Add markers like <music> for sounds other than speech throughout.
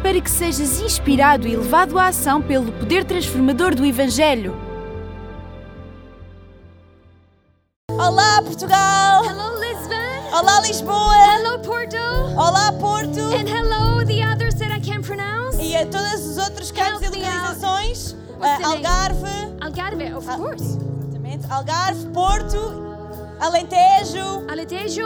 para que sejas inspirado e levado à ação pelo poder transformador do Evangelho. Olá, Portugal! Hello, Lisbon. Olá, Lisboa! Hello, Porto. Olá, Porto! And hello, the others that I can't pronounce. E a todos os outros cantos e Help me out. localizações. What's eh, the name? Algarve. Algarve, of Al- course. Exatamente. Algarve, Porto, Alentejo. <laughs> Aletejo,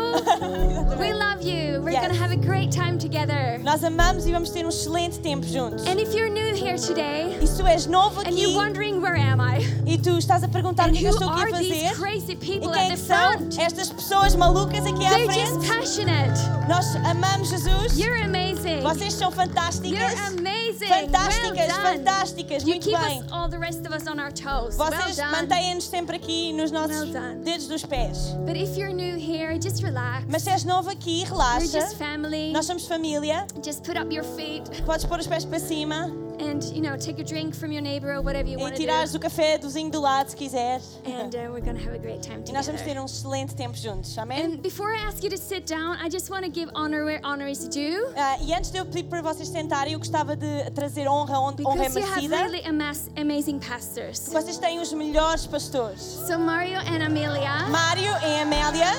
we love you. We're Yes. gonna have a great time together. Nós amamos e vamos ter um excelente tempo juntos. And if you're new here today E se tu és novo and you're aqui wondering where am I, e tu estás a perguntar o and que é que eu who estou aqui a are these fazer crazy e people quem at é the que são front? estas pessoas malucas aqui à They're just frente, passionate. nós amamos Jesus. You're amazing. Vocês são You're fantásticas. amazing. Well Fantásticas, done. fantásticas. You Muito keep bem. us all the rest of us on our toes. Well Vocês done. mantêm-nos sempre aqui nos nossos Well done. dedos dos pés. But if you're new here, just relax. Mas se és novo aqui, We're relaxa. just family. Nós somos família. Just put up your feet Podes pôr os pés para cima and you know take a drink from your neighbor or whatever you e want to tirares do. o café do vizinho do lado se quiseres. And uh, we're gonna have a great time E nós vamos ter together. um excelente tempo juntos, amém? And before I ask you to sit down, I just want to give honor where honor is due Ah, e antes de eu pedir para vocês sentarem, eu gostava de trazer honra onde honra é because you have merecida. really amas- amazing pastors. Vocês têm os melhores pastores. So Mario and Amelia, Mário e Amélia.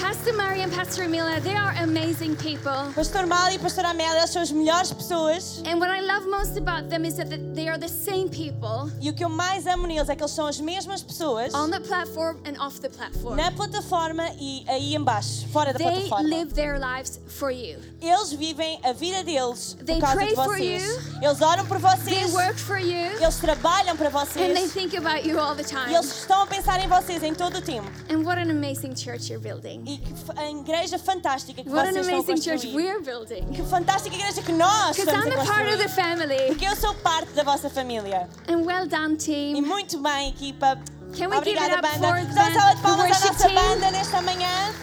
Pastor Mario and Pastor Amelia, they are amazing people. Pastor Mário e Pastor Amélia elas são as melhores pessoas. And what I love most about them is that they are the same people E o que eu mais amo neles é que eles são as mesmas pessoas on the platform and off the platform. na plataforma e aí embaixo, fora da They plataforma. live their lives for you. Eles vivem a vida deles They por causa pray de for vocês. you. Eles oram por They vocês. work for you. Eles trabalham para And they vocês. think about you all the E time. eles estão a pensar em vocês em todo o tempo. And what an amazing church you're building. E que f- a igreja fantástica que What an vocês estão a amazing church construir. we're building. Que fantástica igreja que nós Because estamos I'm a a part of the construir. family. Porque eu sou parte da vossa família. And well done, E team. muito bem, equipa. Can we give it Obrigada, up banda. for Então, the- salva de the palmas à worship nossa team? banda nesta manhã.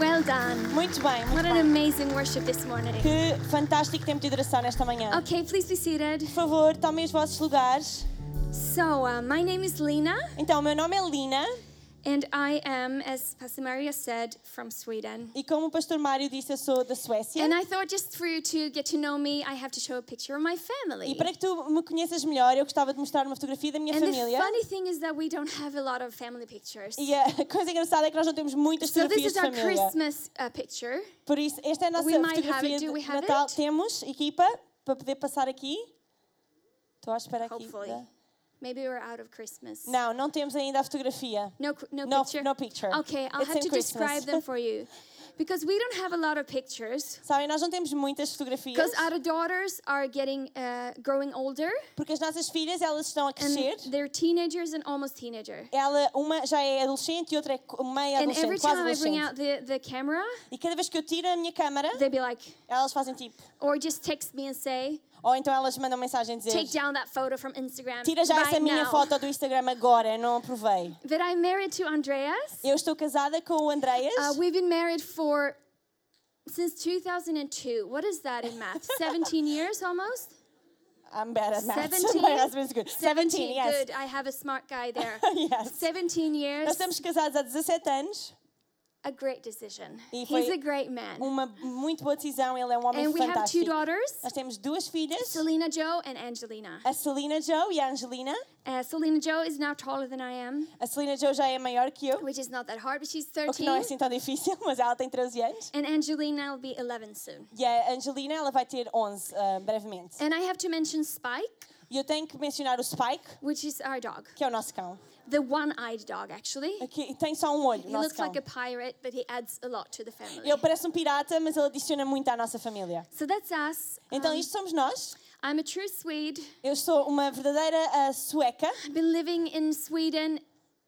Well done. Muito bem, muito What an bem. amazing worship this morning. Que fantástico tempo de adoração nesta manhã. Okay, please be seated. Por favor, tomem os vossos lugares. So, uh, my name is Lena, Então, o meu nome é Lina and I am, as Pastor Maria said, from Sweden. e como o pastor Mário disse, eu sou da Suécia. And I thought just for you to get to know me, I have to show a picture of my E family. para que tu me conheças melhor, eu gostava de mostrar uma fotografia da minha And the família. funny thing is that we don't have a lot of family pictures. E a <laughs> coisa engraçada é que nós não temos muitas So this fotografias is de our família. Christmas uh, picture. Por isso, esta é a nossa We might have fotografia it. Do we de have Natal. it? Temos, equipa, para poder passar aqui. Estou à espera aqui. Hopefully. da- Maybe we're out of Christmas. Não, não temos ainda a fotografia. No, c- no, No- picture. no picture. Okay, I'll It's have in to describe Christmas. <laughs> them for you, because we don't have a lot of pictures. Sabem, nós não temos muitas fotografias Because our daughters are getting uh, growing older, porque as nossas filhas elas estão a and crescer. they're teenagers and almost teenager. Ela, uma já é adolescente e outra é co- meia And every adolescente, quase time I bring adolescente. out the, the camera, E cada vez que eu tiro a minha câmara, they'd be like, elas fazem tipo. or just text me and say, Ou então elas mandam mensagem a dizer: take down that photo from Instagram Tira já essa right minha now. foto do Instagram agora, eu não aprovei. That I'm married to Andreas. Eu estou casada com o Andreas. Uh, we've been married for since 2002. What is that in <laughs> math? 17 years almost? I'm bad at <laughs> math. <laughs> 17? My husband's good. 17, yes. Good. I have a smart guy there. <laughs> yes. 17 Nós years. estamos casados há 17 anos. A great decision. E He's foi a great man. Uma muito boa decisão, ele é um homem And we have fantástico. two daughters, Nós temos duas filhas, Selena Joe and Angelina. a Selena Joe e a Angelina. Uh, Selena Joe is now taller than I am, A Selena Joe já é maior que eu, which is not that hard, but she's o que não é 13. assim tão difícil, <laughs> mas ela tem 13 anos. And Angelina will be 11 soon. E a Angelina, ela vai ter 11 ah, brevemente. And I have to mention Spike, E eu tenho que mencionar o Spike, which is our dog. que é o nosso cão. The one-eyed dog, actually. Aqui, tem só um olho, o He nosso looks cão. like a pirate, but he adds a lot to the family. Ele parece um pirata, mas ele adiciona muito à nossa família. So that's us. Então, Um, isto somos nós. I'm a true Swede. Eu sou uma verdadeira ah, sueca. I've been living in Sweden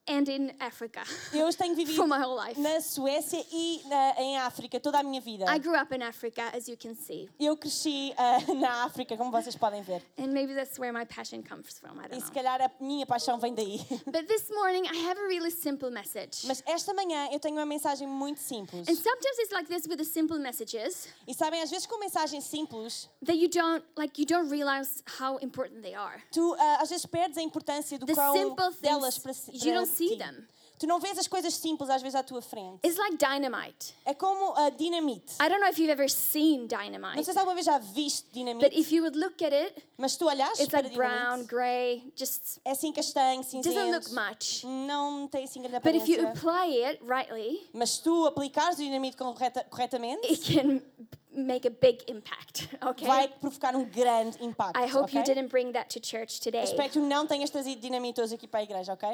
and in Africa Eu tenho vivido <laughs> for my whole life. na Suécia e na- em África toda a minha vida. I grew up in Africa, as you can see, Eu cresci ah, na África, como vocês podem ver. and maybe that's where my passion comes from. I E don't se know. calhar a minha paixão vem <laughs> daí. But this morning, I have a really simple message. Mas esta manhã eu tenho uma mensagem muito simples. And sometimes it's like this with the simple messages E sabem, às vezes com mensagens simples, that you don't like. You don't realize how important they are. tu ah, às vezes perdes a importância do The quão simple delas things para, si- you para don't see ti. them. Tu não vês as coisas simples às vezes à tua frente. It's like dynamite. É como a dinamite. I don't know if you've ever seen Não dynamite, sei se alguma vez já viste but dinamite, if you would look at it, mas tu olhaste it's para like brown, dinamite. gray, just É assim castanho, doesn't look cinzento. much. Mm, Não tem assim grande But if you aparência. apply it rightly, Mas tu aplicares o dinamite correta, corretamente, it can <laughs> make a big impact. vai Okay. provocar um grande impacto. I hope you ok? didn't bring that to church today. Espero que tu não tenhas trazido dinamite hoje aqui para a igreja, ok?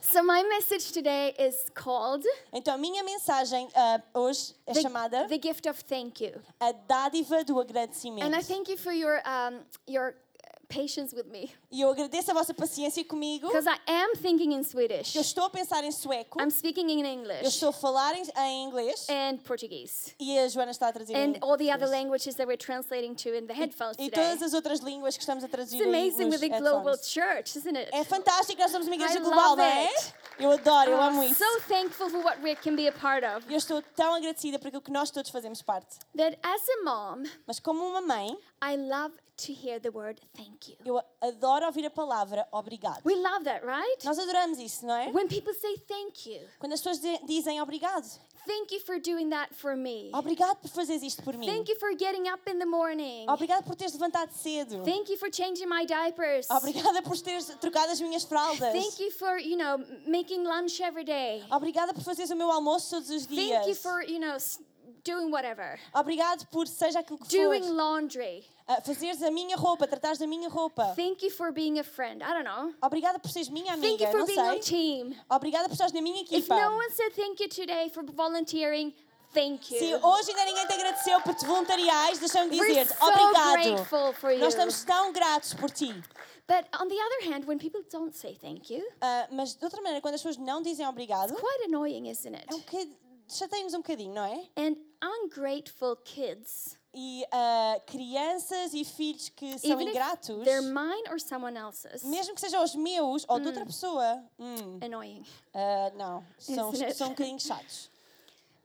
So my message today is called Então, a minha mensagem ah, hoje é chamada the, the gift of thank you, A Dádiva do and I Agradecimento. thank you for your um, your uh, patience with me E eu agradeço a vossa paciência comigo. because I am thinking in Swedish. Eu estou a pensar em sueco, I'm eu speaking in estou English a falar em, em inglês and Portuguese e a Joana está a traduzir em and all the other inglês. languages that we're translating to in the headphones E today. todas as outras línguas que estamos a traduzir It's amazing nos with a global headphones. church, isn't it? É fantástico, nós somos uma igreja I global, love não é? it. Eu adoro, eu amo I'm isso. so thankful for what we can be a part of. E Eu estou tão agradecida por aquilo que nós todos fazemos parte. That as a mom, Mas como uma mãe, I love to hear the word thank you. eu adoro ouvir a palavra obrigado. We love that, right? Nós adoramos isso, não é? When people say thank you, Quando as pessoas di- dizem obrigado. thank you for doing that for me. Obrigado por fazeres isto por mim. Thank you for getting up in the morning. Obrigado por teres levantado cedo. Thank you for changing my <laughs> diapers. Obrigada por teres trocado as minhas fraldas. Thank you for, you know, making lunch every day. Obrigada por fazeres o meu almoço todos os Thank you dias. for, you know, s- doing whatever. Obrigado por seja aquilo que Doing for. laundry. Ah, fazeres a minha roupa, tratares da minha roupa. Thank you for being a friend. I don't know. Obrigada por seres minha Thank amiga, you for não being on sei. team. Obrigada por estares na minha If equipa. no one said thank you today for volunteering, thank Se you. hoje ainda ninguém te agradeceu por te voluntariares, deixa-me We're dizer-te so obrigado. grateful for you. Nós estamos tão gratos por ti. But on the other hand, when people don't say thank you, Ah, mas de outra maneira, quando as pessoas não dizem obrigado, quite annoying, isn't it? é um bocad- chateia-nos um bocadinho, não é? And ungrateful kids, E ah, crianças e filhos que são even ingratos, if they're mine or someone else's, mesmo que sejam os meus ou de outra pessoa, hum, annoying. ah, não, são, Isn't it? são um <laughs> bocadinho chatos.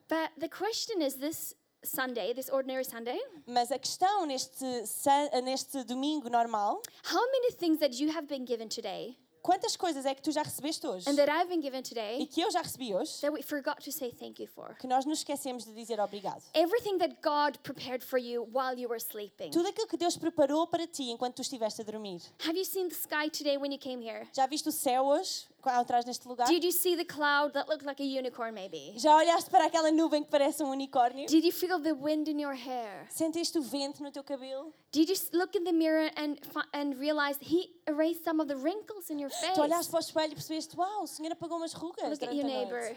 But the question is this Sunday, this ordinary Sunday, Mas a questão neste, sa- neste domingo normal, how many things that you have been given today quantas coisas é que tu já recebeste hoje and that I've been given e today que eu já recebi hoje that we forgot to say thank you for? que nós nos esquecemos de dizer obrigado? Everything that God prepared for you while you were sleeping. Tudo aquilo que Deus preparou para ti enquanto tu estiveste a dormir. Have you seen the sky today when you came here? Já viste o céu hoje, lá atrás neste lugar? Did you see the cloud that looked like a unicorn, maybe? Já olhaste para aquela nuvem que parece um unicórnio? Did you feel the wind in your hair? Sentiste o vento no teu cabelo? Did you s- look in the mirror and fi- and realize he erased some of the wrinkles in your face? Tu olhaste para o espelho e percebeste, uau, o senhor apagou umas rugas É Look at durante your a noite." neighbor.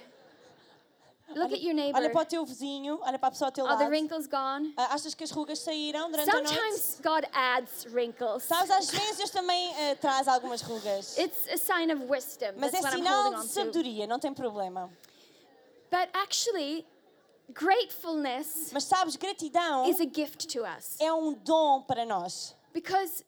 Look at your Olha para o neighbor. teu vizinho, olha para a pessoa ao teu Are the lado. wrinkles gone? Ah, Achas que as rugas saíram durante a noite? Sometimes God adds wrinkles. Sabes, às vezes Deus também ah, traz algumas rugas. It's a sign of wisdom. Mas é That's what I'm sinal de holding on to. sabedoria, não tem problema. But actually, gratefulness Mas sabes, gratidão is a gift to us é um dom para nós. because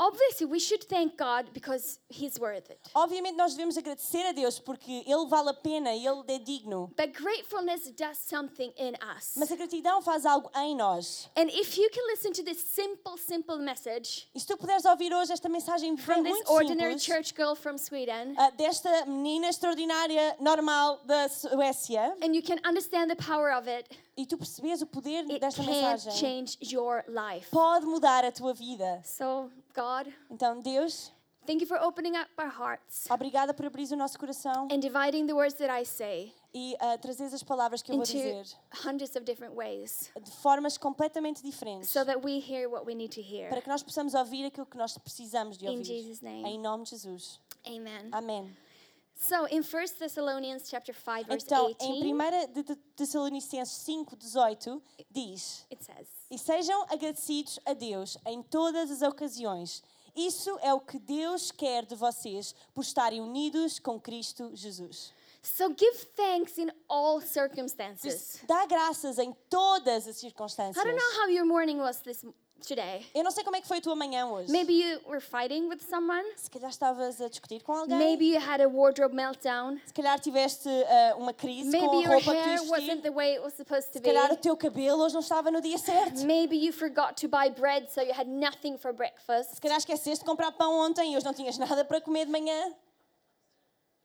obviously we should thank God because He's worth it. Obviamente nós devemos agradecer a Deus porque Ele vale a pena e Ele é digno. But gratefulness does something in us. Mas a gratidão faz algo em nós. And if you can listen to this simple, simple message, E se tu puderes ouvir hoje esta mensagem bem from this muito ordinary simples, church girl from Sweden, ah, desta menina extraordinária, normal da Suécia, and you can understand the power of it, e tu percebes o poder it desta can mensagem, change your life. pode mudar a tua vida. So, God, Então, Deus, thank you for opening up our hearts obrigada por abrir o nosso coração and dividing the words that I say e ah, trazeres as palavras que eu vou into dizer hundreds of different ways de formas completamente diferentes, so that we hear what we need to para hear. que nós possamos ouvir aquilo que nós precisamos de In ouvir. Jesus' name. Em nome de Jesus. Amen. Amém. So, in 1 Thessalonians chapter 5 verse Então, em 18, 1 de- de Tessalonicenses 5, 18, diz... it says, E sejam agradecidos a Deus em todas as ocasiões. Isso é o que Deus quer de vocês por estarem unidos com Cristo Jesus. "So give thanks in all circumstances." Dá graças em todas as I circunstâncias. don't know how your morning was this today. Eu não sei como é que foi a tua manhã hoje. Maybe you were fighting with someone. Se calhar estavas a discutir com alguém. Maybe you had a wardrobe meltdown. Se calhar tiveste ah, uma crise Maybe com a your roupa que tu hair ias wasn't vestir. the way it was supposed to Se calhar o be. teu cabelo hoje não estava no dia certo. Maybe you forgot to buy bread, so you had nothing for Se breakfast. calhar esqueceste de comprar pão ontem e hoje não tinhas nada para comer de manhã.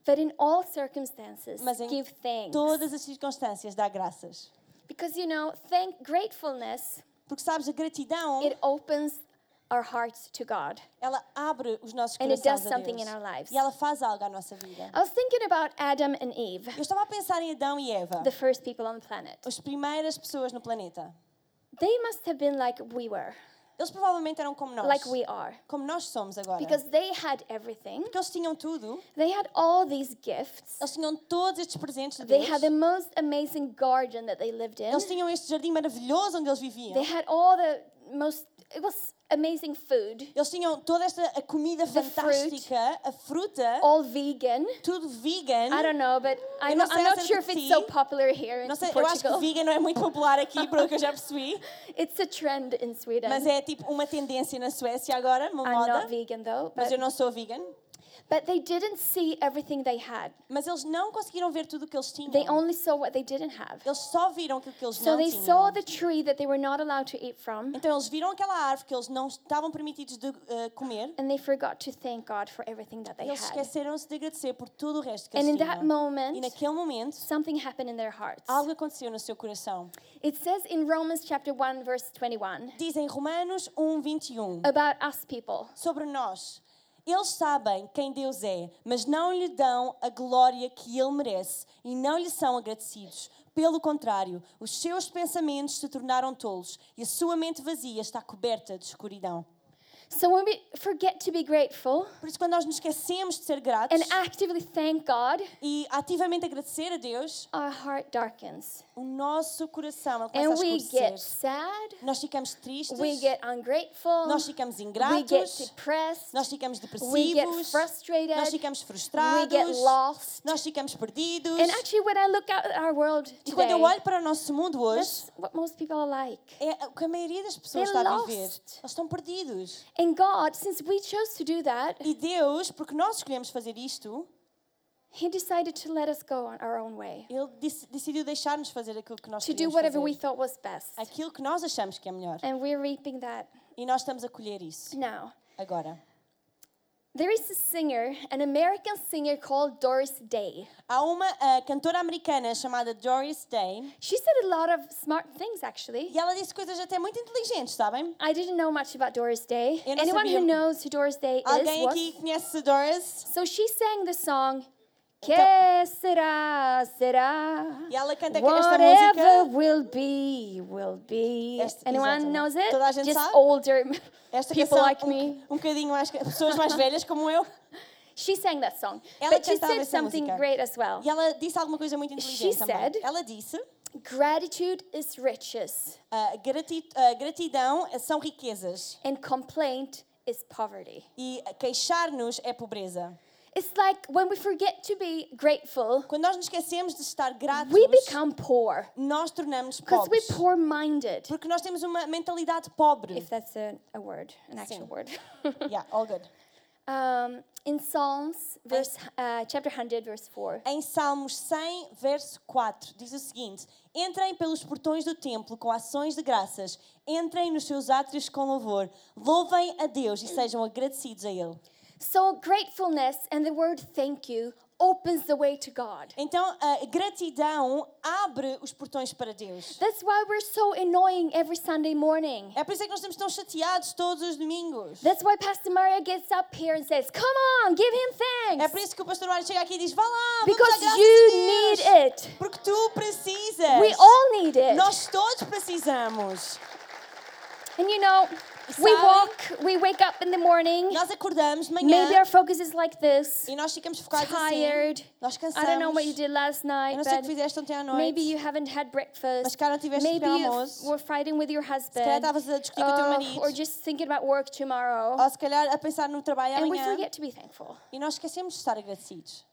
But in all circumstances, Mas em give thanks. todas as circunstâncias dá graças. Because you know, thank gratefulness, Porque sabes, a gratidão, it opens our hearts to God. ela abre os nossos And it corações does a something Deus. in our lives. E ela faz algo à nossa vida. I was thinking about Adam and Eve, Eu estava a pensar em Adão e Eva, the first people on the planet. as primeiras pessoas no planeta. They must have been like we were, Eles provavelmente eram como nós. like we are, Como nós somos agora. because they had everything. Porque eles tinham tudo. They had all these gifts. Eles tinham todos estes presentes de They Deus. had the most amazing garden that they lived in. Eles tinham este jardim maravilhoso onde eles viviam. They had all the most, it was amazing food, Eles tinham toda esta a comida The fantástica, a fruta, all vegan. tudo vegan. I don't know, but I'm não not, sei I'm not acerca sure if de it's ti. so popular here in Não sei, eu acho que Portugal. vegan não é muito popular <laughs> aqui, pelo que eu já percebi. It's a trend in Sweden. Mas é tipo uma tendência na Suécia agora, uma I'm moda. not vegan though, Mas but, eu não sou vegan. but they didn't see everything they had. Mas eles não conseguiram ver tudo o que eles tinham. They only saw what they didn't have. Eles só viram aquilo que eles So não they tinham. saw the tree that they were not allowed to eat from, Então eles viram aquela árvore que eles não estavam permitidos de eh, comer. and they forgot to thank God for everything that they Eles had. esqueceram-se de agradecer por todo o resto que And in eles that tinham. E moment, naquele momento, something happened in their hearts. algo aconteceu no seu coração. It says in Romans chapter 1 verse 21 Dizem Romanos 1, 21. about us people. sobre nós. Eles sabem quem Deus é, mas não lhe dão a glória que ele merece e não lhe são agradecidos. Pelo contrário, os seus pensamentos se tornaram tolos e a sua mente vazia está coberta de escuridão. So when we forget to be grateful Por isso, quando nós nos esquecemos de ser gratos and actively thank God, e ativamente agradecer a Deus, our heart darkens. o nosso coração ele And começa a we get escurecer. sad, Nós ficamos tristes, we get ungrateful, nós ficamos we get ingratos, depressed, nós ficamos we get depressivos, frustrated, nós ficamos we get frustrados, lost. nós ficamos perdidos. And actually when I look out at our world E quando today, eu olho para o nosso mundo hoje, that's what most people are like. é o que a maioria das pessoas They're está a viver. lost. Eles estão perdidos. And God, since we chose to do that, E Deus, porque nós escolhemos fazer isto, he decided to let us go on our own way, Ele dec- decidiu deixar-nos fazer aquilo que nós to do queríamos whatever we fazer. thought was best. Aquilo que nós achamos que é melhor. And we're reaping that E nós estamos a colher isso now. agora. There is a singer, an American singer called Doris Day. Há uma ah, cantora americana chamada Doris Day She said a lot of smart things, actually. e ela disse coisas até muito inteligentes, sabem? I didn't know much about Doris Day. Eu não Anyone who sabia- knows who Doris Day is, Alguém was- aqui conhece a Doris? so she sang the song. Que Então- será, será? E ela canta esta Whatever música. will be, will be. Esta- Anyone exatamente. knows it? Toda a gente Just sabe? older <laughs> Esta people canção, like um, me. um bocadinho mais. pessoas mais velhas como eu. She sang that song. Ela but she cantava said essa something música. great as well. E ela disse alguma coisa muito inteligente She também. said- ela disse: Gratitude is riches, "Ah, grati- ah, gratidão são riquezas and complaint is poverty. e queixar-nos é pobreza. It's like when we forget to be grateful, Quando nós nos esquecemos de estar gratos, we become poor nós tornamos because pobres. we're poor minded. Porque nós temos uma mentalidade pobre. If that's a, a word, an actual Sim. word. Yeah, all good. <laughs> um, in Psalms, verse, uh, chapter 100, verse 4, Em Salmos 100, verso 4, diz o seguinte: Entrem pelos portões do templo com ações de graças, entrem nos seus átrios com louvor, louvem a Deus e sejam agradecidos a Ele. So gratefulness and the word thank you opens the way to God. Então, a gratidão abre os portões para Deus. That's why we're so annoying every Sunday morning. É por isso é que nós estamos tão chateados todos os domingos. That's why Pastor Maria gets up here and says, Come on, give him É thanks. por isso que o pastor Mário chega aqui e diz: Vá lá, vamos dar Because graças you a Deus. need it. Porque tu precisas. We all need it. Nós todos precisamos. And you know, E we sabem- walk, we wake up in the morning. Nós acordamos de manhã Maybe our focus is like this e nós ficamos focados tired. assim. Nós cansamos. I don't know what you did last Eu night, não sei o que but fizeste ontem à noite. maybe you haven't had Mas breakfast. cara, não tiveste Maybe pequeno you almoço. were fighting with your Se calhar husband. estavas a discutir com o teu Oh, marido. or just thinking about work tomorrow. Ou se calhar a pensar no trabalho And we amanhã. forget to be thankful. E nós esquecemos de estar agradecidos.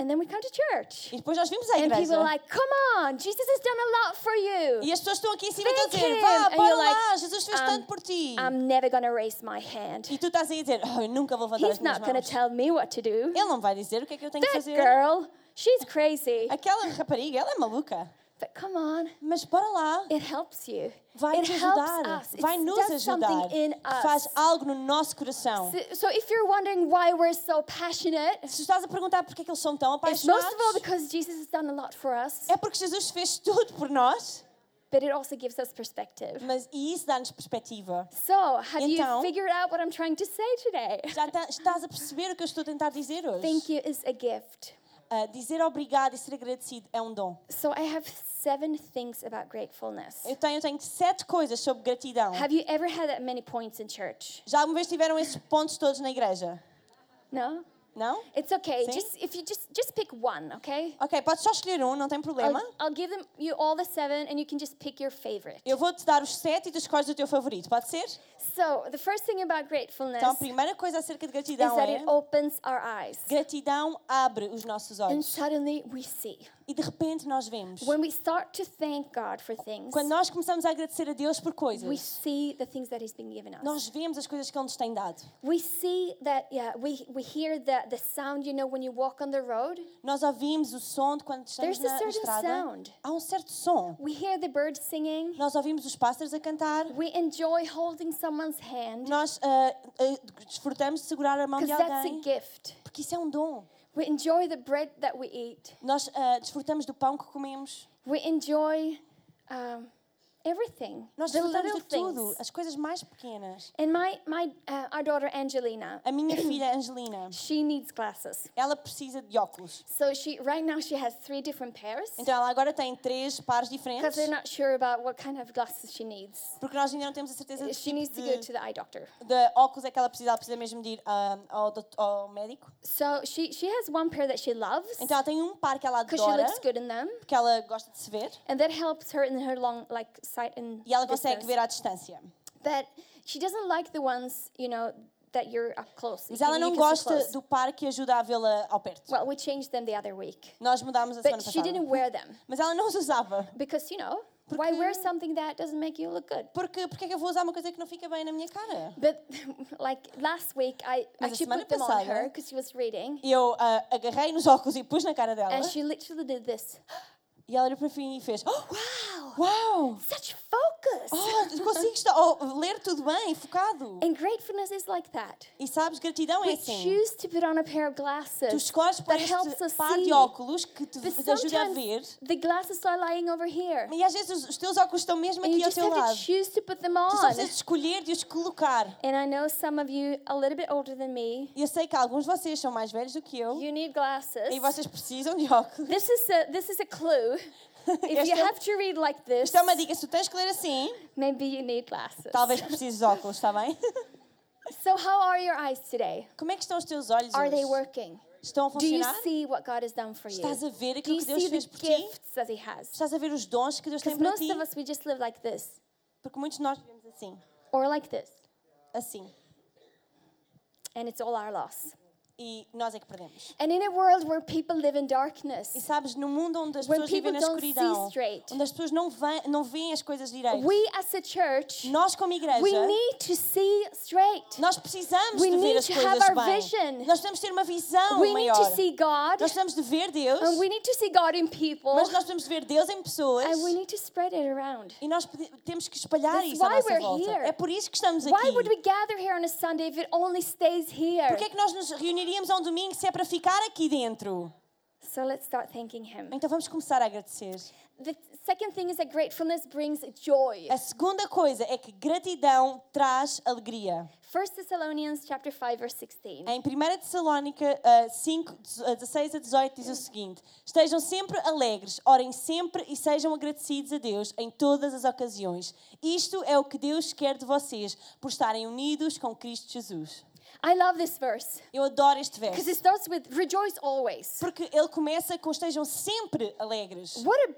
And then we come to church. E depois nós vimos a And people igreja. are like, come on, Jesus has done a lot for you. E as pessoas estão aqui em cima e estão a Thank dizer: him. Vá, And bora you're like, lá, Jesus fez "Um, tanto por ti. I'm never going to raise my hand. E tu estás aí a dizer: oh, Eu nunca vou levantar as He's minhas not going to mãos. tell me what to do. Ele não vai dizer o que é que eu tenho que That fazer. girl, she's crazy. Aquela rapariga, ela é maluca. But come on, Mas para lá, it helps you. vai it te helps ajudar, us. vai it nos does ajudar, something in us. faz algo no nosso coração. So- So if you're wondering why we're so passionate, Se estás a perguntar porque é que eles são tão it's most of all apaixonados, because Jesus has done a lot for us, é porque Jesus fez tudo por nós, but it also gives us perspective. mas e isso dá-nos perspectiva. So have Então- you figured out what I'm trying to say today? Já tá- estás a perceber o que eu estou a tentar dizer hoje? Thank you is a gift. Ah, dizer obrigado e ser agradecido é um dom. So I have seven things about gratefulness. Eu tenho, eu tenho sete coisas sobre gratidão. Have you ever had that many points in church? Já alguma vez tiveram esses pontos todos na igreja? No? Não? It's okay. Sim. Just if you just just pick one, okay? Ok, podes só escolher um, não tem problema. I'll, I'll give them you all the seven and you can just pick your favorite. Eu vou-te dar os sete e tu escolhes o teu favorito, pode ser? So the first thing about gratefulness Então, a primeira coisa acerca de is gratidão that é... it Oh. opens our eyes. Gratidão abre os nossos And olhos. suddenly we see. E de repente nós vemos. When we start to thank God for things, Quando nós começamos a agradecer a Deus por we coisas, see the things that He's been giving us. nós vemos as coisas que Ele nos tem dado. We see that, yeah, we, we hear the, the sound, you know, when you walk on the road. Nós ouvimos o som de quando estamos There's a na, na certain estrada. sound. Há um certo som. We hear the birds singing. Nós ouvimos os pássaros a cantar. We enjoy holding someone's hand Nós ah, ah, desfrutamos de segurar a mão because de that's a alguém. gift. Porque isso é um dom. We enjoy the bread that we eat. Nós ah, desfrutamos do pão que comemos. We enjoy um, everything, Nós the desfrutamos little de tudo. things. As coisas mais pequenas. And my, my uh, our daughter Angelina, A minha <coughs> filha Angelina, she needs glasses. ela precisa de óculos. So she right now she has three different pairs Então ela agora tem três pares diferentes. because they're not sure about what kind of glasses she needs. Porque nós ainda não temos a certeza de, Eh, She tipo needs to go de, to the eye doctor. de óculos é que ela precisa. Ela precisa mesmo de ir ah, ao, dout- ao médico. So she she has one pair that she loves Então ela tem um par que ela because she adora, looks good in them, porque ela gosta de se ver. and that helps her in her long like sight and E ela consegue distance. ver à distância. But she doesn't like the ones you know that you're up close. Mas you ela can- não you can see gosta close. do par que ajuda a vê-la ao perto. Well, we changed them the other week, Nós mudámos a semana but she didn't passada. wear them Mas ela não os usava. because you know why wear something that doesn't make you look good. Porque, porque é que eu vou usar uma coisa que não fica bem na minha cara? But <laughs> like last week, I Mas a actually semana put them on her passada- because she was reading. Eu ah, agarrei nos óculos e pus na cara dela. And she literally did this. E ela olhou para mim e fez... Oh, Wow, uau! such focus. Oh, consigo estar- oh, ler tudo bem, focado. And gratefulness is like that. E sabes, gratidão é We assim. choose to put on a pair of Tu glasses. escolhes por that helps este us par de see. óculos que te, But te ajuda a ver. sometimes the glasses are lying over here. E às vezes os, os teus óculos estão mesmo And you aqui ao just teu have lado. to choose to put them Tu só on. precisas de escolher de os colocar. And I know some of you a little bit older than me, E Eu sei que alguns de vocês são mais velhos do que eu. you need glasses. E vocês precisam de óculos. This is a this is <laughs> a clue. If you Esta- have to read like this, Isto é uma dica. Se tu tens que ler assim, maybe you need glasses. talvez precises de óculos, está <laughs> bem? So how are your eyes today? Como é que estão os teus olhos Are they hoje? working? Estão a Do you funcionar? see what God has done for you? Estás a ver Do aquilo you que Deus see the fez por ti? gifts that He has? Estás a ver os dons que Deus tem Because para most ti? of us we just live like this Porque muitos de nós vivemos assim. or like this, Assim. and it's all our loss. E nós é que perdemos. And in a world where people live in E darkness, sabes, no mundo onde as When pessoas vivem na people don't see escuridão, straight. onde as pessoas não, vê- não veem as coisas direito, we as a church nós como igreja, we need to see straight. nós precisamos we de ver need as to coisas have our bem. vision. Nós temos de ter uma visão We need maior. to see God, Nós temos de ver Deus, and we need to see God in people, mas nós temos de ver Deus em pessoas. and we need to spread it around. E nós pode- temos que espalhar That's isso à why nossa we're volta. here. É por isso que estamos Why aqui. would we gather here on a Sunday if it only stays here? Porquê é que nós nos reuniríamos a um domingo se é para ficar aqui dentro? So let's start thanking Him. Então vamos começar a agradecer. The second thing is that gratefulness brings joy. A segunda coisa é que gratidão traz alegria. 1 Thessalonians chapter 5 verse 16. Em 1 Tessalónica ah, 5, de- ah, 16 a 18 diz o seguinte: Estejam sempre alegres, orem sempre e sejam agradecidos a Deus em todas as ocasiões. Isto é o que Deus quer de vocês, por estarem unidos com Cristo Jesus. I love this verse Eu adoro este because verso, it starts with rejoice always. porque ele começa com estejam sempre alegres. What a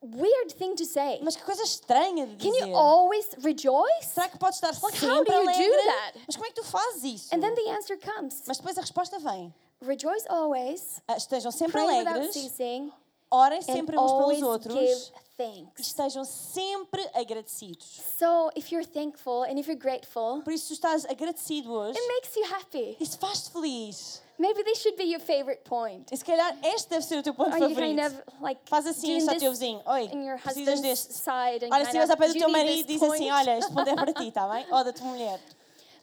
weird thing to say. Mas que coisa estranha de Can dizer. you always rejoice? Será que podes estar Like, how sempre do you do alegre? that? Mas como é que tu fazes isso? And then the answer comes. Mas depois a resposta vem. Rejoice always, Ah, Estejam sempre pray without alegres, ceasing, orem and sempre uns always pelos outros. give thanks. estejam sempre agradecidos. So if you're thankful and if you're grateful, Por isso, se tu estás agradecido hoje, it makes you happy. isso faz-te feliz. Maybe they should be your favorite point. E se calhar este deve ser o teu ponto Are you kind of favorito. like Faz assim doing isto ao teu this vizinho. Oi, in your precisas husband's deste. side and Olha, se kind estiveres of, à pé do "Do you teu need marido, this diz assim: point?" olha, este ponto é para <laughs> ti, está bem? Ou da tua mulher.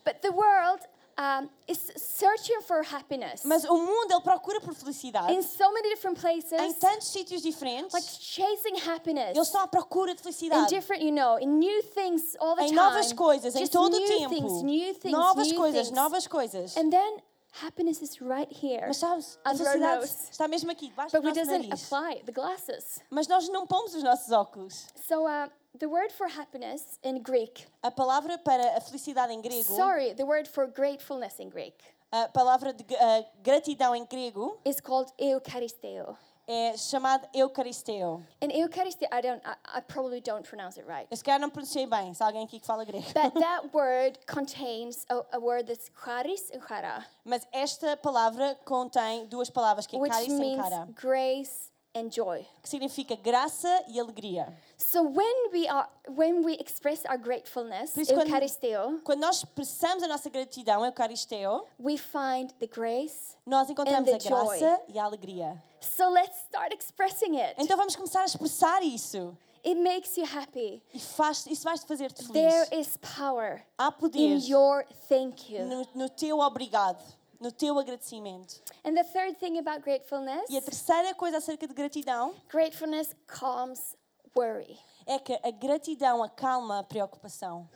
But the world um, is searching for happiness Mas o mundo, ele procura por felicidade in so many different places, em tantos sítios diferentes. like chasing happiness. Eles estão à procura de in felicidade. different, you know, in new things all the Em time. novas coisas, em Just todo o new tempo. things, new things, novas new coisas, things. novas coisas. And then happiness is right here. Mas sabes, a under our felicidade nose. está mesmo aqui, debaixo do But we nosso doesn't nariz. apply the glasses. Mas nós não pomos os nossos óculos. So uh, the word for happiness in Greek, A palavra para a felicidade em grego, sorry, the word for gratefulness in Greek a palavra de ah, gratidão em grego, is called eucharisteo. é chamada eucaristeo. And eucharisteo, I don't, I, I probably don't pronounce it <laughs> right. Eu se calhar não pronunciei bem, se há alguém aqui que fala grego. But that word contains a, a word that's charis and chara, <laughs> Mas esta palavra contém duas palavras, que é which caris e means cara, grace and joy. que significa graça e alegria. So when we are when we express our gratefulness, Por isso, quando- Eucharisteo, Quando nós expressamos a nossa gratidão, eucaristeo, we find the grace. nós encontramos the a graça e a alegria. So let's start expressing it. Então vamos começar a expressar isso. It makes you happy. E faz, isso vai-te fazer-te There feliz. is power Há in poder your thank you. no, no teu obrigado, no teu agradecimento. And the third thing about gratefulness, E a terceira coisa acerca de gratidão gratefulness calms worry. é que a gratidão acalma a preocupação.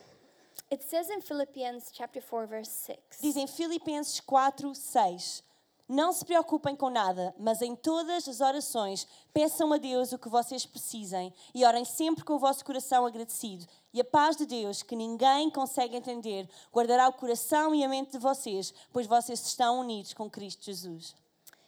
It says in Philippians chapter 4 verse 6. Dizem Filipenses 4, 6. Não se preocupem com nada, mas em todas as orações peçam a Deus o que vocês precisem e orem sempre com o vosso coração agradecido. E a paz de Deus, que ninguém consegue entender, guardará o coração e a mente de vocês, pois vocês estão unidos com Cristo Jesus.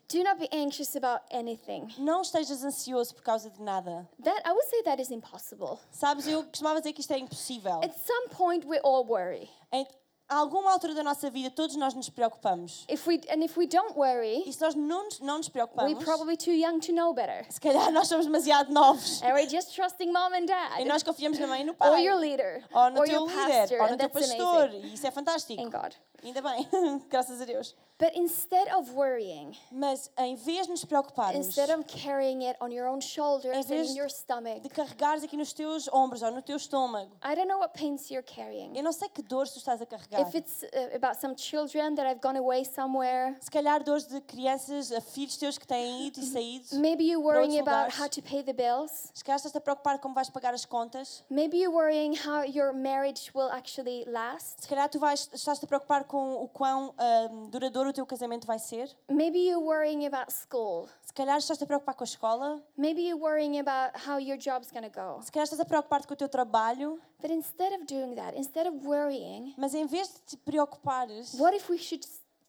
Do not be anxious about anything. Não estejas ansioso por causa de nada. That I would say that is impossible. Sabes, eu costumava dizer que isto é impossível. At some point we all worry. Em alguma altura da nossa vida, todos nós nos preocupamos. If we and if we don't worry, E se nós não, nos- não nos we're preocupamos, probably too young to know better. se calhar nós somos demasiado novos. And we're just trusting mom and E dad. nós confiamos na mãe e no É Or pai. your leader. Ou no or teu your líder, pastor. ou no and teu that's pastor. amazing. E isso é fantástico. Thank God. Ainda bem, <laughs> graças a Deus. But instead of worrying, Mas em vez de nos preocuparmos, instead de of carrying it on your own shoulders and vez in your stomach, carregares aqui nos teus ombros ou no teu estômago, I don't know what pains you're carrying. eu não sei que dores tu estás a carregar. If it's uh, about some children that have gone away somewhere, Se calhar dores de crianças, a filhos teus que têm ido e Uhum. saído. maybe you're worrying about lugares. how to pay the bills. Se calhar estás a preocupar como vais pagar as contas. Maybe you're worrying how your marriage will actually last. Se calhar tu vais, estás-te a preocupar com o quão ahm, duradouro o teu casamento vai ser. Maybe you're worrying about school. Se calhar estás-te a preocupar com a escola. Maybe you're worrying about how your job's gonna go. Se calhar estás a preocupar-te com o teu trabalho. But instead of doing that, instead of worrying, Mas em vez de te preocupares, what if we should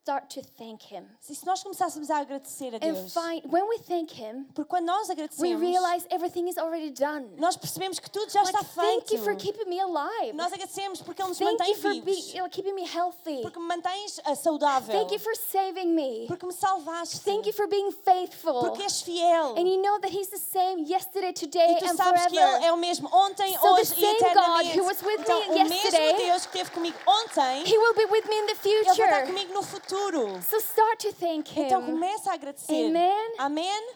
start to thank Him? se se nós começássemos a agradecer a And Deus, find when we thank Him, porque quando nós we agradecemos, realize everything is already done. nós percebemos que tudo já Like, está thank you for feito. keeping me alive. Nós agradecemos porque Ele nos Thank you mantém for vivos. be, like, keeping me healthy. Porque me mantens ah, saudável. Thank you for saving me. Porque me salvaste. Thank you for being faithful. Porque és fiel. And you know that He's the same yesterday, today, E tu and sabes que Ele forever. é o mesmo ontem, So the hoje e same eternamente. God who was with me então, o mesmo yesterday, Deus que esteve comigo ontem, He will be with me in the Ele vai estar future. comigo no futuro. So start to thank Então Him. começa a agradecer. Amen. Amém.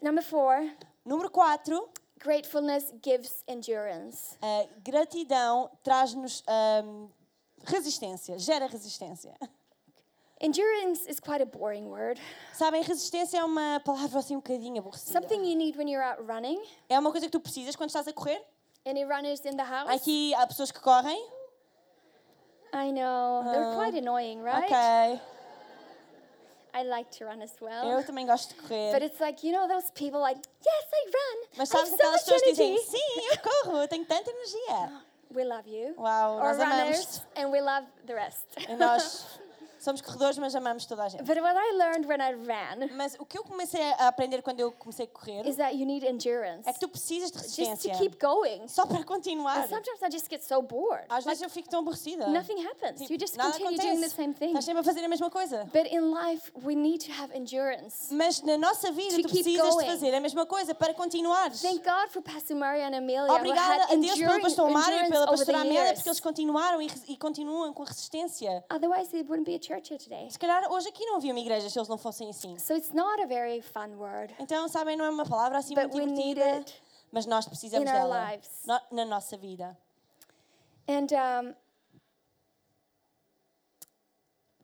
Number four, Número 4. gratefulness gives endurance. A eh, gratidão traz-nos ahm, resistência, gera resistência. <laughs> Endurance is quite a boring word. Sabem, resistência é uma palavra assim um bocadinho aborrecida. Something you need when you're out running. É uma coisa que tu precisas quando estás a correr. Any runners in the house? Aqui há pessoas que correm. I know. They're Uh, quite annoying, right? Ok. I like to run as well. Eu também gosto de correr. Oh. But it's like, you know, those people like, yes, I run. Mas I have sabes so aquelas much pessoas que dizem energy. sim, eu corro, eu tenho tanta <laughs> energia. We love you. Uau, Or nós amamos. runners, and we love the rest. E É <laughs> nós somos corredores, mas amamos toda a gente. but what I learned when I ran Mas o que eu comecei a aprender quando eu comecei a correr is that you need endurance é que tu precisas de just to resistência. keep going. Só para continuar. And sometimes I just get so bored. Às vezes eu fico tão aborrecida. Nothing happens. Tipo, You just nada continue doing the acontece. same thing. Estás sempre a fazer a mesma coisa. But in life, we need to have endurance. Mas na nossa vida To tu keep precisas de going. fazer a mesma coisa para continuares. Thank God for Pastor Mario and Amelia. who Obrigada had a Deus pelo enduring- pastor Mário e endurance pela over the pastora Amélia porque years. eles continuaram e, res- e continuam com resistência. Otherwise, it wouldn't be a church here today. Se calhar hoje aqui não havia uma igreja se eles não fossem assim. So it's not a very fun word. Então, sabem, não é uma palavra assim But muito we need divertida, it mas nós precisamos in our dela lives. no- na nossa vida. And um,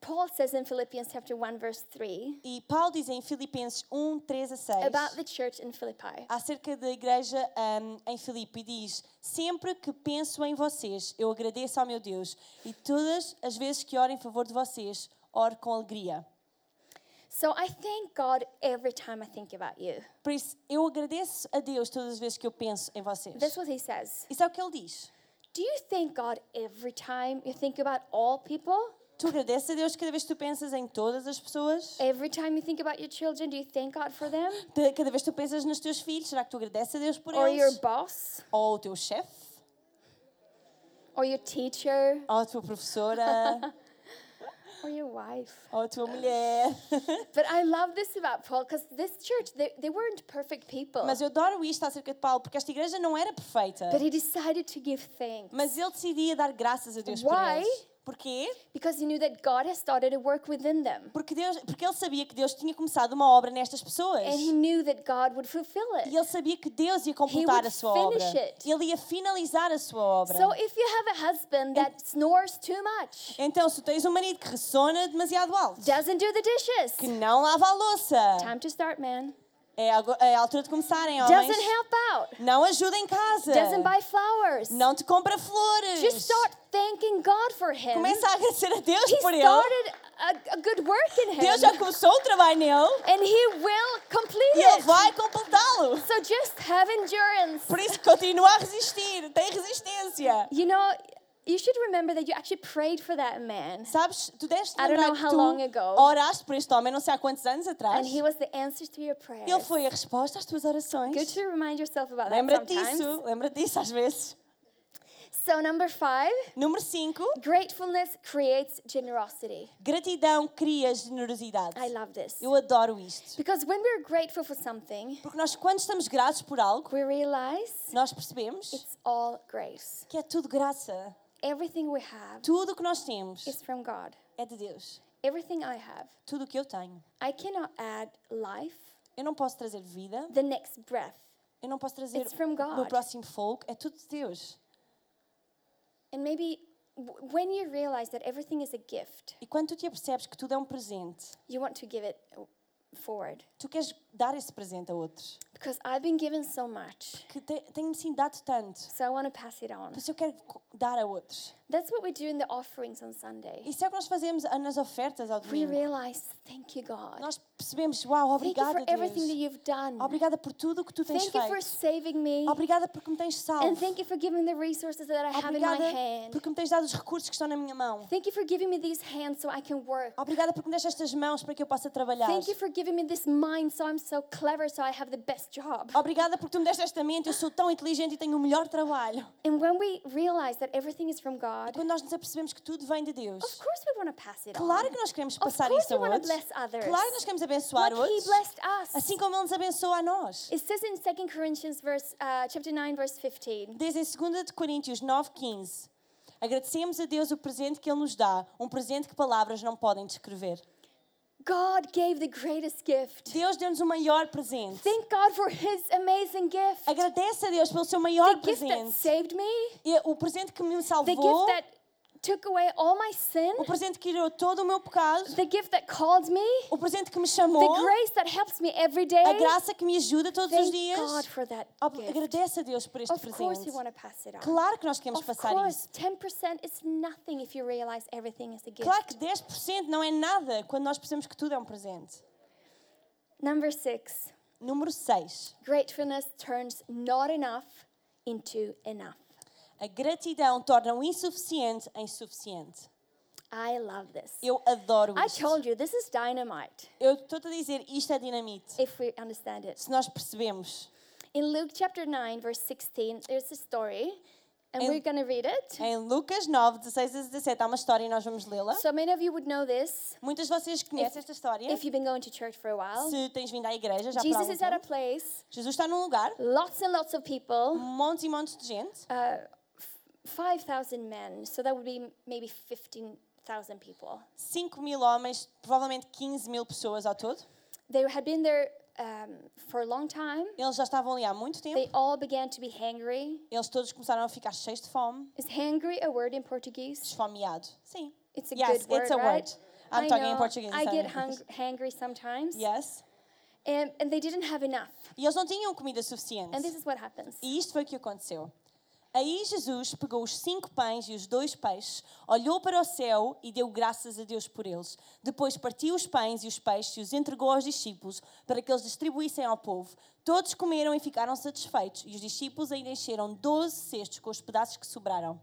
Paul says in Philippians chapter 1, verse 3, E Paulo diz em Filipenses 1, 3 a 6, about the church in Philippi. acerca da igreja ahm, em Filipe, e diz: Sempre que penso em vocês, eu agradeço ao meu Deus, e todas as vezes que oro em favor de vocês, oro com alegria. So I thank God every time I think about you. Por isso, eu agradeço a Deus todas as vezes que eu penso em vocês. That's what he says. Isso é o que ele diz. Do you thank God every time you think about all people? Tu agradeces a Deus cada vez que tu pensas em todas as pessoas? Every time you think about your children, do you thank God for <gasps> them? Te- Cada vez que tu pensas nos teus filhos, será que tu agradeces a Deus por Or your eles? boss? Ou o teu chefe? Or your teacher? Ou a tua professora? Or your wife? ou a tua mulher? But I love this about Paul because this church, they, they weren't perfect people. Mas eu adoro isto acerca de Paulo, porque esta igreja não era perfeita. But he decided to give thanks Mas ele decidia dar graças a Deus por Why? eles. Porquê? because he knew that God has started a work within them. Porque, Deus, porque ele sabia que Deus tinha começado uma obra nestas pessoas. And he knew that God would fulfill E it. ele sabia que Deus ia completar would a sua obra. finish it. Ele ia finalizar a sua obra. So if you have a husband that snores too much, então, se tens um marido que ressona demasiado alto, doesn't do the que dishes, não lava a louça, time to start, man. é a, go- é a altura de começarem, homens. Doesn't help out, Não ajuda em casa. doesn't buy flowers. Não te compra flores. Just start thanking God for him. Começa a agradecer a Deus He por ele. started a, a good work in Deus já him, começou o trabalho nele and he will complete e ele it. vai completá-lo. So just have endurance. Por isso, continua a resistir. Tem resistência. You know, you should remember that you actually prayed for that man. Sabes, tu deste I don't lembrar know que how tu long ago. oraste por este homem não sei há quantos anos atrás. And he was the answer to your prayer. Ele foi a resposta às tuas orações. Good to remind yourself about that Lembra-te sometimes. disso. Lembra-te disso às vezes. So number five, Número 5. gratefulness creates generosity. Gratidão cria generosidade. I love this. Eu adoro isto. Because when we're grateful for something, Porque nós, quando estamos gratos por algo, we realize nós percebemos it's all grace. que é tudo graça. Everything we have Tudo o que nós temos is from God. é de Deus. Everything I have. Tudo o que eu tenho. I cannot add life, Eu não posso trazer vida. the next breath, Eu não posso trazer It's from o meu God. próximo fogo. É tudo de Deus. And maybe w- when you realize that everything is a gift, E quando tu te apercebes que tudo é um presente, you want to give it uh, forward. tu queres dar esse presente a outros. Because I've been given so much, Que te, tenho-me sim dado tanto. so I want to pass it on. Por isso eu quero co- dar a outros. That's what we do in the offerings on Sunday. Isso é o que nós fazemos a- nas ofertas ao We domingo. realize, thank you, God. Nós percebemos, uau, Thank you obrigada for everything that Deus. you've done. Obrigada por tudo o que tu tens Thank you for feito. saving me. Obrigada porque me tens salvo. And thank you for giving the resources that I have in my Obrigada hand. porque me tens dado os recursos que estão na minha mão. Thank you for giving me these hands so I can work. Obrigada porque me deixas estas mãos para que eu possa trabalhar. Thank you for giving me this mind so I'm so clever so I have the best job. Obrigada porque tu me deste esta mente, eu sou tão inteligente e tenho o melhor trabalho. And when we realize that everything is from God, Quando nós nos apercebemos que tudo vem de Deus. Of course we want to pass it Claro on. que nós queremos Of passar course isso a we wanna outros. bless others. Claro que nós queremos abençoar like he outros. blessed us. Assim como Ele nos abençoa a nós. It says in 2 Corinthians verse, uh, chapter 9, verse 15. Diz em 2 de Coríntios 9,15 Agradecemos a Deus o presente que Ele nos dá, um presente que palavras não podem descrever. God gave the greatest gift. Deus deu-nos o maior presente. Thank God for his amazing gift. Agradece a Deus pelo seu The maior gift that presente. saved me. E O presente que me The salvou, gift that took away all my sin. o presente que tirou todo o meu pecado, The gift that called me. o presente que me The chamou, grace that helps me every day. a graça que me ajuda todos os Thank dias. God for that Ob- gift. Agradece a Deus por este Of course presente. you want to pass it on. Claro que nós queremos Of passar isso. course, 10% is nothing if you realize everything is a gift. Claro que 10% não é nada quando nós percebemos que tudo é um presente. Number six. Número 6. Gratefulness turns not enough into enough. A gratidão torna o insuficiente em suficiente. I love this. Eu adoro I isto. told you, this is dynamite Eu estou-te a dizer, isto é dinamite. if we understand it. Se nós percebemos. In Luke chapter 9, verse 16, there's a story, and In- we're going to read it. Em Lucas 9, 16 a 17, há uma história e nós vamos lê-la. So many of you would know this Muitas de vocês conhecem esta história. if you've been going to church for a while. Se tens vindo à igreja já por Jesus algum is at a tempo. place, Jesus está num lugar, um lots and lots of people, montes Ah. e montes de gente. uh, f- 5,000 men, so that would be maybe 15,000 5,000 people. 5 mil homens, provavelmente 15 mil pessoas ao todo. They had been there um, for a long time. Eles já estavam ali há muito tempo. They all began to be hangry. Eles todos começaram a ficar cheios de fome, Is hangry a word in Portuguese? esfomeado. Sim. It's a yes, good word, it's a right? word. I'm I talking know, in Portuguese. I sorry. get hung- hangry sometimes. Yes. And, and they didn't have enough. E eles não tinham comida suficiente. And this is what happens. E isto foi o que aconteceu. Aí Jesus pegou os cinco pães e os dois peixes, olhou para o céu e deu graças a Deus por eles. Depois partiu os pães e os peixes e os entregou aos discípulos para que eles distribuíssem ao povo. Todos comeram e ficaram satisfeitos, e os discípulos ainda encheram 12 cestos com os pedaços que sobraram.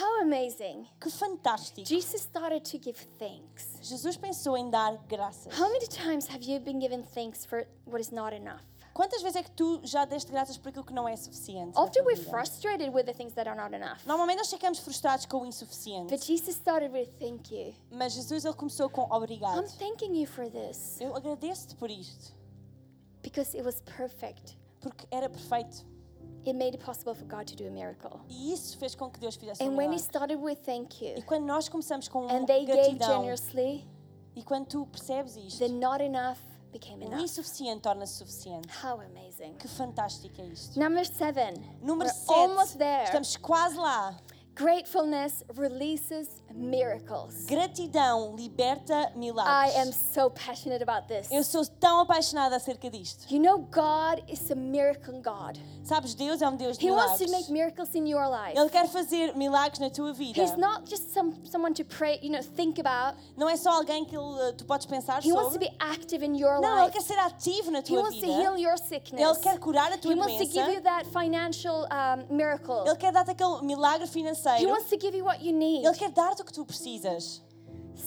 How amazing. Que fantástico! Jesus started to give thanks. Jesus pensou em dar graças. How many times have you been given thanks for what is not enough? Quantas vezes é que tu já deste graças por aquilo que não é suficiente? na Often tua we're vida? frustrated with the things that are not enough. Normalmente nós ficamos frustrados com o insuficiente, But Jesus started with thank you. mas Jesus ele começou com obrigado. I'm thanking you for this Eu agradeço-te por isto, because it was perfect. porque era perfeito. It made it possible for God to do a miracle. E isso fez com que Deus fizesse um And when he milagre. started with thank you E quando nós começamos com um and they gave gratidão, generously, e quando tu percebes isto, the not enough became o enough. insuficiente torna-se suficiente. How amazing. Que fantástico é isto. Number seven. Número we're almost 7, there. estamos quase lá. Gratefulness releases miracles. Gratidão liberta I milagres. am so passionate about this. Eu sou tão apaixonada acerca disto. You know, God is a miracle God. Sabes, Deus é um Deus de He wants to milagres. make miracles in your life. Ele quer fazer milagres na tua vida. He's not just some, someone to pray, you know, think about. Não é só alguém que ele, tu podes pensar He wants to sobre. be active in your Não, ele life. quer ser ativo na He tua wants to vida. heal your sickness. Ele quer curar a tua He wants to give doença. you that financial um, Ele miracle. quer dar-te aquele milagre He financeiro. wants to give you what you need. Ele quer dar-te o que tu precisas.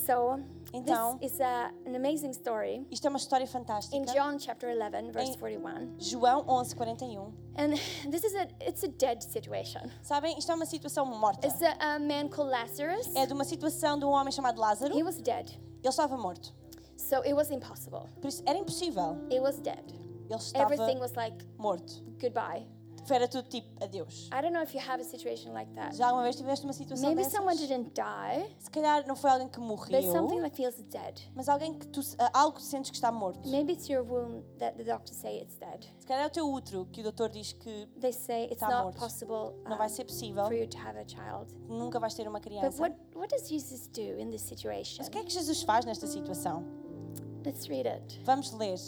So, Então- this is a, an amazing story Isto é uma história fantástica. in John chapter 11, verse Em- 41. João 11, 41. And <laughs> this is a, it's a dead situation. Sabem, isto é uma situação morta. It's a, a man called Lazarus. É de uma situação de um homem chamado Lázaro. He Ele was dead. estava morto. So it was impossible. Por isso, era impossível. It was dead. Ele estava Everything was like morto. goodbye. Era tudo tipo, adeus. I don't know if you have a situation like that. Já alguma vez tiveste uma situação Maybe dessas? someone didn't die, Se calhar não foi alguém que but it's morreu. something that feels dead. Mas alguém que tu, ah, algo que sentes que está morto. Maybe it's your womb that the doctors say it's dead. Se calhar é o teu útero que o doutor diz que They say it's Está not morto. possible não um, vai ser possível, for you to have a child. nunca vais ter uma But criança. what, what does Jesus do in this situation? Mas o que é que Jesus faz nesta situação? Let's read it. Vamos ler.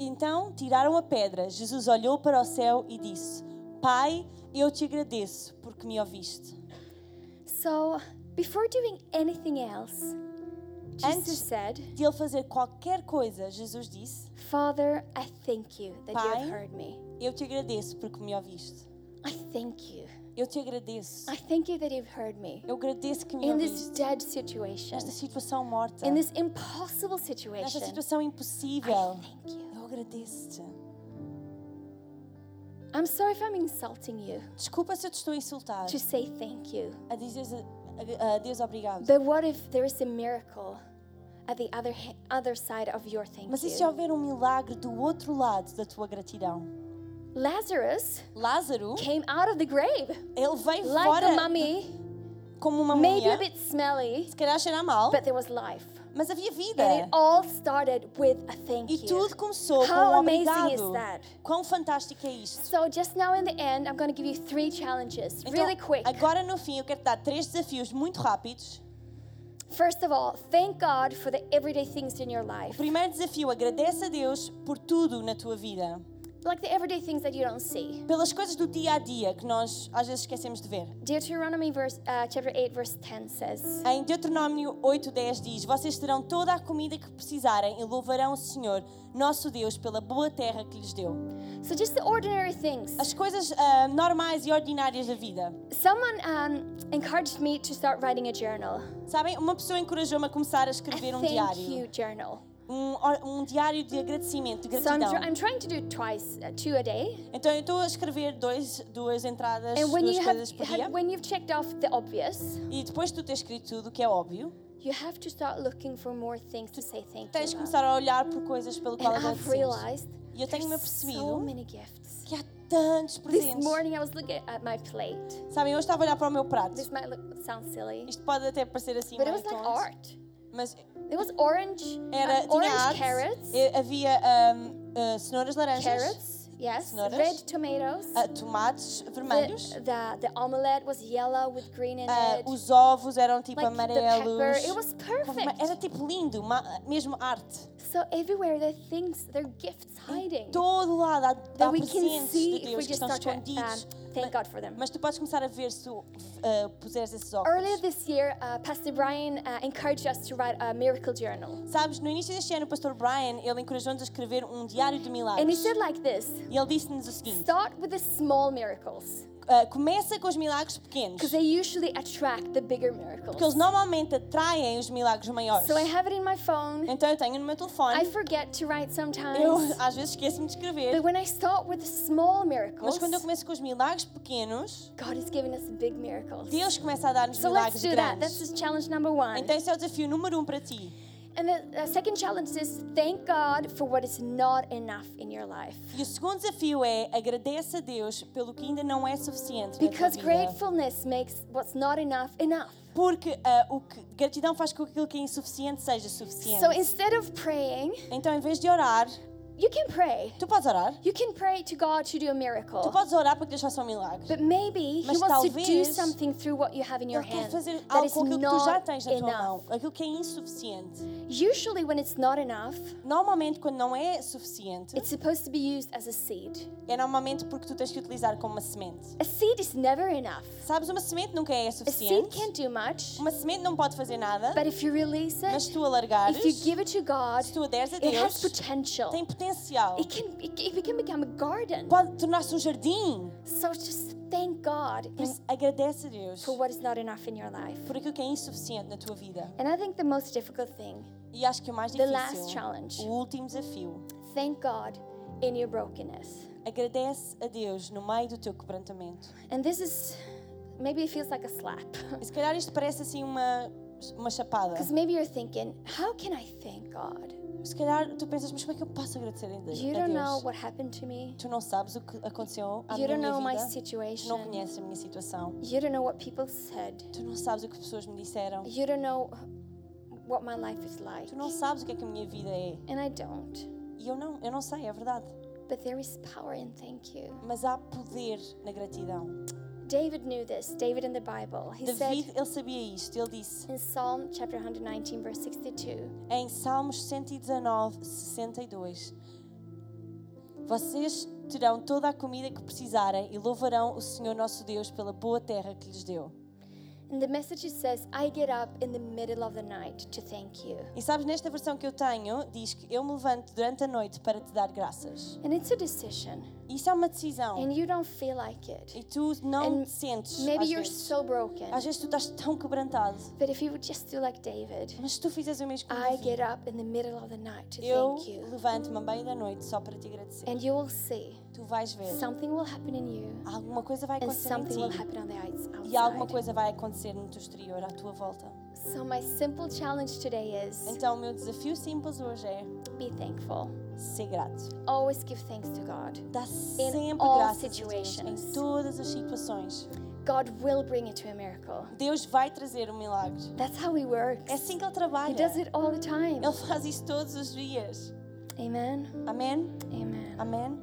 Então tiraram a pedra. Jesus olhou para o céu e disse: Pai, eu te agradeço porque me ouviste. So, before doing anything else, Jesus Antes- said, De ele fazer qualquer coisa, Jesus disse: Father, I thank you that you Pai. have heard me. Eu te agradeço porque me ouviste. I thank you. Eu te agradeço. I thank you that you've heard me. Eu agradeço que me In this ouviste. dead situation, Nesta situação morta, in this impossible nesta situation, situação I impossível, thank you. eu agradeço-te. I'm sorry if I'm insulting you Desculpa se eu te estou a insultar. to say thank you. a dizer a, a Deus obrigado. But what if there is a miracle at the other he- other side of your thank Mas e se you? houver um milagre do outro lado da tua gratidão? Lazarus Lázaro, came out of the grave ele veio like a fora mummy, como uma maybe múmia. a bit smelly, Se calhar cheira mal, but there was life. mas havia vida. And it all started with a thank E you. tudo começou com How um amazing is obrigado. that? Quão fantástico é isto. So just now in the end, I'm going to give you three challenges, Então, really quick. agora no fim eu quero te dar três desafios muito rápidos. First of all, thank God for the everyday things in your O life, primeiro desafio, agradece a Deus por tudo na tua vida. like the everyday things that you don't see. Pelas coisas do dia a dia que nós às vezes esquecemos de ver. Deuteronomy verse, uh, chapter 8, verse 10 says, Em Deuteronômio 8:10 diz: Vocês terão toda a comida que precisarem e louvarão o Senhor, nosso Deus, pela boa terra que lhes deu. So just the ordinary things. Uh, As coisas ah, normais e ordinárias da vida. Someone um, encouraged me to start writing a journal. Sabem, uma pessoa encorajou-me a começar a A escrever um Ah, thank you diário. journal. Um, or- um diário de agradecimento, de So I'm, gratidão. tr- I'm trying to do it twice, uh, two a day. Então eu estou a escrever dois, duas entradas, And when duas you have, coisas por dia. have- when you've checked off the obvious, E depois de tu ter escrito tudo, que é óbvio, you have to start looking for more things to say thank tens de you. about. começar a olhar por coisas pelo qual And I've agradecemos. realized E eu tenho-me there's so apercebido many gifts. que há tantos This presentes. morning I was looking at my plate. Sabem, eu estava a olhar para o meu prato. This might look, sound silly, Isto pode até parecer assim, but it was like maricons, art. mas It was orange, era, um, tinha orange arte, carrots, e- havia ahm, ah, cenouras laranjas, carrots, yes, Cenouras. red tomatoes. ah, tomates vermelhos, The, the the omelette was yellow with green in ah, it. os ovos eram tipo like the amarelos. pepper, it was Com vermelho. Era perfect. tipo lindo, uma- mesmo arte. So everywhere there are things, there are gifts hiding Todo lado há, há that we can presentes de see if we Deus que just estão start to um, escondidos. thank God for them. Mas tu podes começar a ver se tu ah, puseres esses Earlier óculos. this year, uh, Pastor Brian uh, encouraged us to write a miracle journal. Sabes, no início deste ano, o pastor Brian, ele encorajou-nos a escrever um diário de And he milagres. said like this E ele disse-nos o seguinte, Start with the small miracles, ah, começa com os milagres pequenos, because they usually attract the bigger porque eles miracles. normalmente atraem os milagres maiores. So I have it in my phone. Então eu tenho no meu I telefone, forget to write eu sometimes. às vezes esqueço-me de escrever, But when I start with the small mas miracles, quando eu começo com os milagres pequenos, God is giving us big miracles. Deus começa a dar-nos So milagres let's do that. That's grandes. just challenge number one. Então esse é o desafio número um para ti. And the uh, second challenge is thank God for what is not enough in your life. E o segundo desafio é agradece a Deus pelo que ainda não é suficiente. na tua Because vida. gratefulness makes what's not enough enough. Porque ah, o que, gratidão faz com que aquilo que é insuficiente seja suficiente. So instead of praying, então em vez de orar, you can pray. tu podes orar. You can pray to God to do a Tu miracle. podes orar para que Deus faça um milagre. But maybe He Mas wants to do talvez something through what you have in your Ele quer hand fazer that algo is com aquilo que tu já not tens na tua enough. mão. Aquilo que é insuficiente. Usually, when it's not enough, Normalmente quando não é suficiente, it's supposed to be used as a seed. é normalmente porque tu tens que utilizar como uma semente. A seed is never enough. Sabes, uma semente nunca é A seed suficiente. can't do much, Uma semente não pode fazer nada. but if you release Mas it, se tu alargares, if you give it to God, se tu deres a it Deus, has tem potential. potencial. It can it, it can become a garden. Pode tornar-se um jardim. So just thank God Por isso, agradece a Deus for what is not enough in your life. por aquilo que é insuficiente na tua vida. And I think the most difficult thing, E acho que o mais The difícil, last challenge. o último desafio, thank God in your brokenness. agradece a Deus no meio do teu quebrantamento. And this is maybe it feels like a <laughs> slap. E se calhar isto parece assim uma, uma chapada. Because maybe you're thinking, how can I thank God? Se calhar tu pensas, mas como é que eu posso agradecer a Deus? You a don't Deus? know what happened to me. Tu não sabes o que aconteceu à You minha don't know my vida. Tu não situation. conheces a minha situação. You don't know what people said. Tu não sabes o que as pessoas me disseram. You don't know what my life is like. Tu não sabes o que é que a minha vida é. And I don't. E eu não, eu não sei, é verdade. But there is power in thank you. Mas há poder na gratidão. David knew this. David in the Bible. He said David, ele sabia isto. Ele disse in Psalm chapter 119 verse 62, em Salmos 119, 62: Vocês terão toda a comida que precisarem e louvarão o Senhor nosso Deus pela boa terra que lhes deu. And the message it says, I get up in the middle of the night to thank you. E sabes, nesta versão que eu tenho, diz que eu me levanto durante a noite para te dar graças. And it's a decision. Isso é uma decisão. And you don't feel like it. E tu não And te sentes. Maybe às you're vezes. so broken. Às vezes tu estás tão quebrantado. But if you would just do like David, Mas se tu fizeres o mesmo como I get David, up in the middle of the night to eu thank you. levanto-me à meia da noite só para te agradecer. And you will see Tu vais ver. something will happen in you Alguma coisa vai and acontecer em something will ti. happen on the outs- E alguma outside. coisa vai acontecer no teu exterior, à tua volta. So my simple challenge today is Então, o meu desafio simples hoje é be thankful. ser grato. Always give thanks to God. Dá sempre all graças a Deus em situations. todas as situações. God will bring it to a miracle. Deus vai trazer um milagre. That's how he works. É assim que Ele He trabalha. does it all the time. Ele faz isso todos os dias. Amen. Amém? Amen. Amém?